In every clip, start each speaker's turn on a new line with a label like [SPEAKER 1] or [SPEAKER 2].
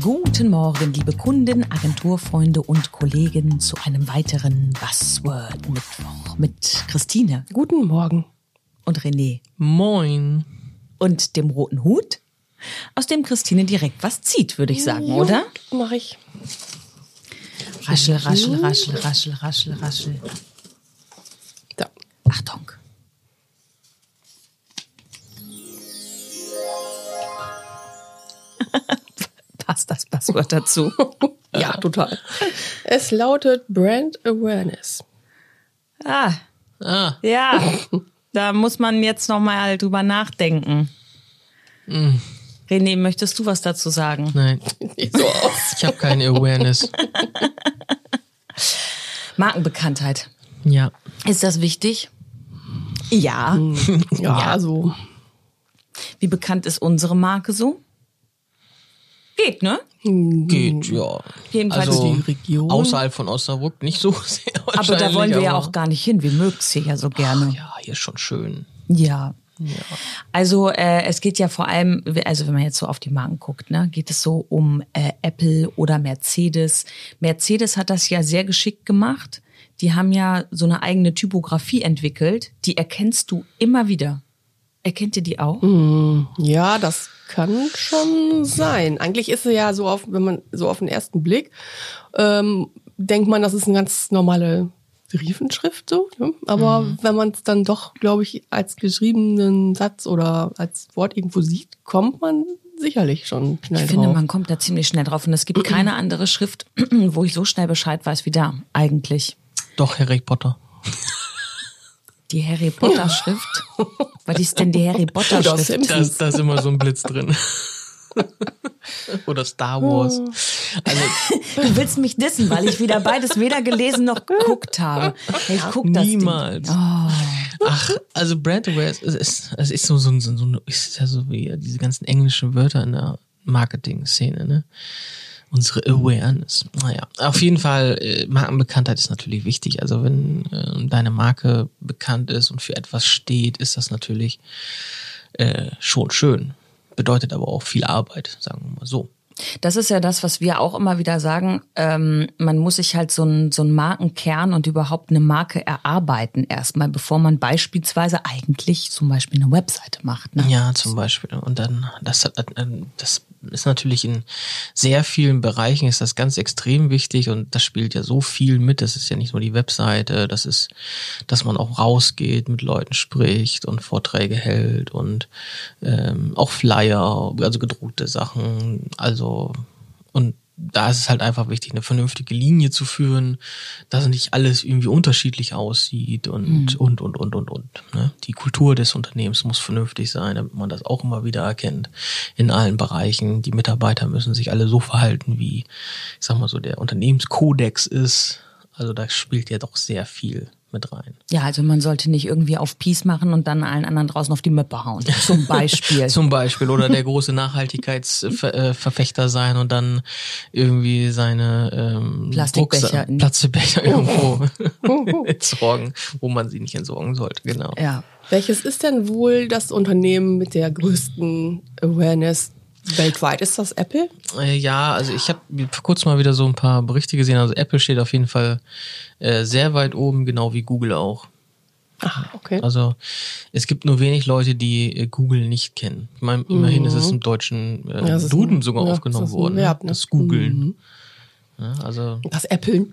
[SPEAKER 1] Guten Morgen, liebe Kunden, Agenturfreunde und Kollegen zu einem weiteren Buzzword Mittwoch mit Christine
[SPEAKER 2] Guten Morgen.
[SPEAKER 1] und René
[SPEAKER 3] Moin.
[SPEAKER 1] und dem roten Hut, aus dem Christine direkt was zieht, würde ich sagen, oder?
[SPEAKER 2] Mache ich.
[SPEAKER 3] Raschel, raschel, raschel, raschel, raschel, raschel.
[SPEAKER 2] Da.
[SPEAKER 1] Achtung. Passt das Passwort dazu? Äh.
[SPEAKER 2] Ja, total. Es lautet Brand Awareness.
[SPEAKER 1] Ah,
[SPEAKER 3] Ah,
[SPEAKER 1] ja. Da muss man jetzt nochmal drüber nachdenken. René, möchtest du was dazu sagen?
[SPEAKER 3] nein.
[SPEAKER 2] Nicht so aus.
[SPEAKER 3] Ich habe keine Awareness.
[SPEAKER 1] Markenbekanntheit.
[SPEAKER 3] Ja.
[SPEAKER 1] Ist das wichtig? Ja.
[SPEAKER 2] Ja, so.
[SPEAKER 1] Wie bekannt ist unsere Marke so? Geht, ne?
[SPEAKER 3] Geht, ja.
[SPEAKER 1] Jedenfalls
[SPEAKER 3] also,
[SPEAKER 2] die Region.
[SPEAKER 3] Außerhalb von Osnabrück nicht so sehr
[SPEAKER 1] Aber da wollen wir ja
[SPEAKER 3] aber-
[SPEAKER 1] auch gar nicht hin. Wir mögen es hier ja so gerne.
[SPEAKER 3] Ja, hier ist schon schön.
[SPEAKER 1] Ja. Also äh, es geht ja vor allem, also wenn man jetzt so auf die Marken guckt, ne, geht es so um äh, Apple oder Mercedes. Mercedes hat das ja sehr geschickt gemacht. Die haben ja so eine eigene Typografie entwickelt. Die erkennst du immer wieder. Erkennt ihr die auch?
[SPEAKER 2] Ja, das kann schon sein. Eigentlich ist sie ja so auf, wenn man so auf den ersten Blick, ähm, denkt man, das ist eine ganz normale Serifenschrift so. Ne? Aber wenn man es dann doch, glaube ich, als geschriebenen Satz oder als Wort irgendwo sieht, kommt man sicherlich schon schnell
[SPEAKER 1] Ich finde,
[SPEAKER 2] drauf.
[SPEAKER 1] man kommt da ziemlich schnell drauf. Und es gibt keine andere Schrift, wo ich so schnell Bescheid weiß wie da eigentlich.
[SPEAKER 3] Doch, Harry Potter.
[SPEAKER 1] Die Harry Potter Schrift. Was ist denn die Harry Potter
[SPEAKER 2] Das
[SPEAKER 1] Schrift?
[SPEAKER 2] sind-
[SPEAKER 3] Da ist, da ist immer so ein Blitz drin. Oder Star Wars.
[SPEAKER 1] Oh.
[SPEAKER 3] Also,
[SPEAKER 1] Du willst mich dissen, weil ich wieder beides weder gelesen noch geguckt habe. Ich guck das Ding. Oh.
[SPEAKER 3] Niemals. Ach, also Brand Awareness es ist, es ist so, so, so, so es ist ja so wie diese ganzen englischen Wörter in der Marketing-Szene, ne? Unsere Awareness. Naja, auf jeden Fall, äh, Markenbekanntheit ist natürlich wichtig. Also wenn äh, deine Marke bekannt ist und für etwas steht, ist das natürlich äh, schon schön. Bedeutet aber auch viel Arbeit, sagen wir mal so.
[SPEAKER 1] Das ist ja das, was wir auch immer wieder sagen. Ähm, man muss sich halt so einen so einen Markenkern und überhaupt eine Marke erarbeiten erstmal, bevor man beispielsweise eigentlich zum Beispiel eine Webseite macht. Ne?
[SPEAKER 3] Ja, zum Beispiel. Und dann, das, hat- äh, das ist natürlich in sehr vielen Bereichen ist das ganz extrem wichtig und das spielt ja so viel mit. Das ist ja nicht nur die Webseite, das ist, dass man auch rausgeht, mit Leuten spricht und Vorträge hält und ähm, auch Flyer, also gedruckte Sachen. Also, und da ist es halt einfach wichtig, eine vernünftige Linie zu führen, dass nicht alles irgendwie unterschiedlich aussieht und, und, und, und, und, und. Ne? Die Kultur des Unternehmens muss vernünftig sein, damit man das auch immer wieder erkennt in allen Bereichen. Die Mitarbeiter müssen sich alle so verhalten, wie, ich sag mal so, der Unternehmenskodex ist. Also da spielt ja doch sehr viel mit rein.
[SPEAKER 1] Ja, also man sollte nicht irgendwie auf Peace machen und dann allen anderen draußen auf die Möppe hauen. Zum Beispiel.
[SPEAKER 3] Zum Beispiel oder der große Nachhaltigkeitsverfechter sein und dann irgendwie seine ähm,
[SPEAKER 1] Plastikbecher
[SPEAKER 3] Rucksack-
[SPEAKER 1] in-
[SPEAKER 3] Plastikbecher irgendwo entsorgen, wo man sie nicht entsorgen sollte, genau.
[SPEAKER 1] ja.
[SPEAKER 2] Welches ist denn wohl das Unternehmen mit der größten Awareness weltweit? Ist das Apple?
[SPEAKER 3] Äh, ja, also ich habe vor kurzem mal wieder so ein paar Berichte gesehen. Also Apple steht auf jeden Fall äh, sehr weit oben, genau wie Google auch.
[SPEAKER 2] Ah, okay.
[SPEAKER 3] Also es gibt nur wenig Leute, die äh, Google nicht kennen. Ich mein, immerhin ist es im deutschen äh,
[SPEAKER 2] Mhm. Ja, es ist
[SPEAKER 3] Duden
[SPEAKER 2] ein-
[SPEAKER 3] sogar
[SPEAKER 2] ja, es
[SPEAKER 3] aufgenommen
[SPEAKER 2] ist ein
[SPEAKER 3] worden.
[SPEAKER 2] Verb,
[SPEAKER 3] ne?
[SPEAKER 2] ne?
[SPEAKER 3] Das Googeln. Ja, also
[SPEAKER 2] Das Apple.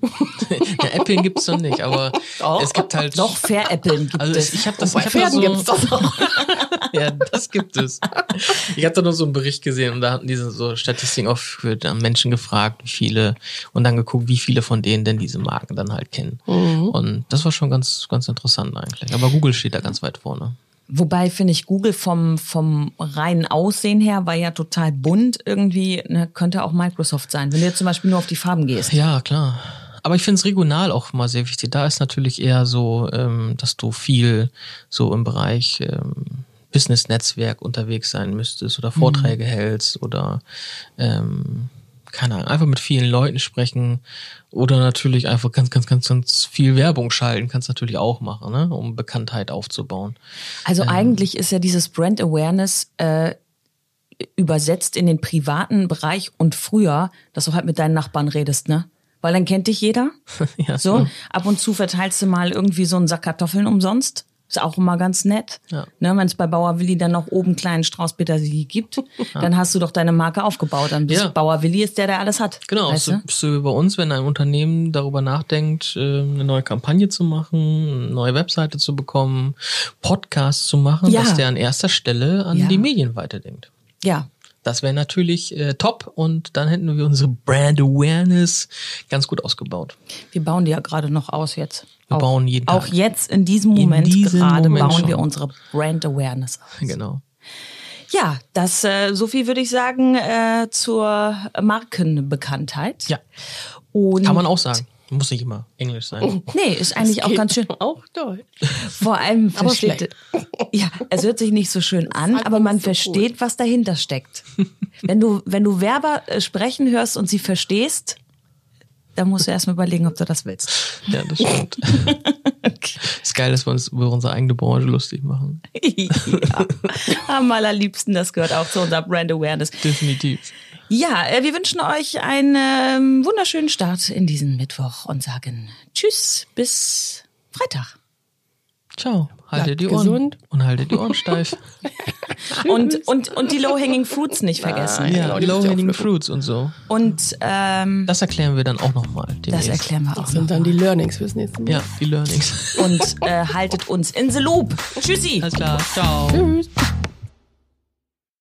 [SPEAKER 3] Ja, Apple gibt's noch nicht, aber es gibt halt
[SPEAKER 1] Doch, veräppeln gibt
[SPEAKER 3] Also
[SPEAKER 1] es.
[SPEAKER 3] ich habe das,
[SPEAKER 2] Oh, Bei
[SPEAKER 3] ich hab da
[SPEAKER 2] Pferden
[SPEAKER 3] so,
[SPEAKER 2] gibt's das auch.
[SPEAKER 3] ja, das gibt es. Ich hatte nur so einen Bericht gesehen und da hatten diese so Statistiken auch für da haben Menschen gefragt, wie viele und dann geguckt, wie viele von denen denn diese Marken dann halt kennen.
[SPEAKER 2] Mhm.
[SPEAKER 3] Und das war schon ganz, ganz interessant eigentlich. Aber Google steht da ganz weit vorne.
[SPEAKER 1] Wobei finde ich Google vom, vom reinen Aussehen her war ja total bunt irgendwie, ne, könnte auch Microsoft sein, wenn du jetzt zum Beispiel nur auf die Farben gehst.
[SPEAKER 3] Ja, klar. Aber ich finde es regional auch mal sehr wichtig. Da ist natürlich eher so, ähm, dass du viel so im Bereich ähm, Business-Netzwerk unterwegs sein müsstest oder Vorträge hältst oder ähm, keine Ahnung, einfach mit vielen Leuten sprechen oder natürlich einfach ganz, ganz, ganz, ganz viel Werbung schalten, kannst natürlich auch machen, ne? um Bekanntheit aufzubauen.
[SPEAKER 1] Also eigentlich ist ja dieses Brand Awareness äh, übersetzt in den privaten Bereich und früher, dass du halt mit deinen Nachbarn redest, ne? Weil dann kennt dich jeder.
[SPEAKER 3] Ja,
[SPEAKER 1] so,
[SPEAKER 3] ja.
[SPEAKER 1] ab und zu verteilst du mal irgendwie so einen Sack Kartoffeln umsonst. Ist auch immer ganz nett.
[SPEAKER 3] Ja.
[SPEAKER 1] Ne, Wenn es bei Bauer Willi dann noch oben einen kleinen Strauß Petersilie gibt, dann hast du doch deine Marke aufgebaut. Dann bist
[SPEAKER 3] Ja.
[SPEAKER 1] Bauer Willi ist der, der alles hat.
[SPEAKER 3] Genau,
[SPEAKER 1] Weißt
[SPEAKER 3] so,
[SPEAKER 1] du?
[SPEAKER 3] so wie bei uns, wenn ein Unternehmen darüber nachdenkt, äh, eine neue Kampagne zu machen, eine neue Webseite zu bekommen, Podcasts zu machen,
[SPEAKER 1] Ja.
[SPEAKER 3] dass der an erster Stelle an
[SPEAKER 1] Ja.
[SPEAKER 3] die Medien weiterdenkt.
[SPEAKER 1] Ja.
[SPEAKER 3] Das wäre natürlich äh, top und dann hätten wir unsere Brand Awareness ganz gut ausgebaut.
[SPEAKER 1] Wir bauen die ja gerade noch aus jetzt.
[SPEAKER 3] Wir
[SPEAKER 1] auch,
[SPEAKER 3] bauen jeden
[SPEAKER 1] Auch
[SPEAKER 3] Tag.
[SPEAKER 1] jetzt in diesem Moment
[SPEAKER 3] diesem
[SPEAKER 1] gerade
[SPEAKER 3] Moment
[SPEAKER 1] bauen wir
[SPEAKER 3] schon.
[SPEAKER 1] unsere Brand Awareness aus.
[SPEAKER 3] Genau.
[SPEAKER 1] Ja, das äh, so viel würde ich sagen äh, zur Markenbekanntheit.
[SPEAKER 3] Ja.
[SPEAKER 1] Und
[SPEAKER 3] Kann man auch sagen. Muss nicht immer Englisch sein.
[SPEAKER 1] Nee, ist eigentlich auch
[SPEAKER 2] Geht
[SPEAKER 1] ganz schön.
[SPEAKER 2] Auch deutsch.
[SPEAKER 1] Vor allem
[SPEAKER 2] Aber
[SPEAKER 1] versteht. Ja, es hört sich nicht so schön an,
[SPEAKER 2] sagt
[SPEAKER 1] aber
[SPEAKER 2] man
[SPEAKER 1] man
[SPEAKER 2] nicht so
[SPEAKER 1] versteht, was dahinter steckt. Wenn du, wenn du Werber äh, sprechen hörst und sie verstehst, dann musst du erstmal überlegen, ob du das willst.
[SPEAKER 3] Ja, das stimmt. Ist geil, dass wir uns über unsere eigene Branche lustig machen.
[SPEAKER 1] ja. Am allerliebsten, das gehört auch zu unserer Brand Awareness.
[SPEAKER 3] Definitiv.
[SPEAKER 1] Ja, äh, wir wünschen euch einen ähm, wunderschönen Start in diesen Mittwoch und sagen Tschüss bis Freitag.
[SPEAKER 3] Ciao. Haltet
[SPEAKER 2] Bleibt
[SPEAKER 3] die Ohren
[SPEAKER 2] gesund.
[SPEAKER 3] und haltet die Ohren steif.
[SPEAKER 1] Und, und, und die Low-Hanging Fruits nicht vergessen.
[SPEAKER 3] ja,
[SPEAKER 2] die müsst ihr
[SPEAKER 3] low-hanging fruits und so.
[SPEAKER 1] Und ähm,
[SPEAKER 3] Das erklären wir dann auch nochmal.
[SPEAKER 1] das erklären wir auch
[SPEAKER 2] Das sind
[SPEAKER 1] noch.
[SPEAKER 2] dann die Learnings fürs nächste Mal.
[SPEAKER 3] Ja, die Learnings.
[SPEAKER 1] Und äh, haltet uns in the loop. Tschüssi.
[SPEAKER 3] Alles klar. Ciao.
[SPEAKER 2] Tschüss.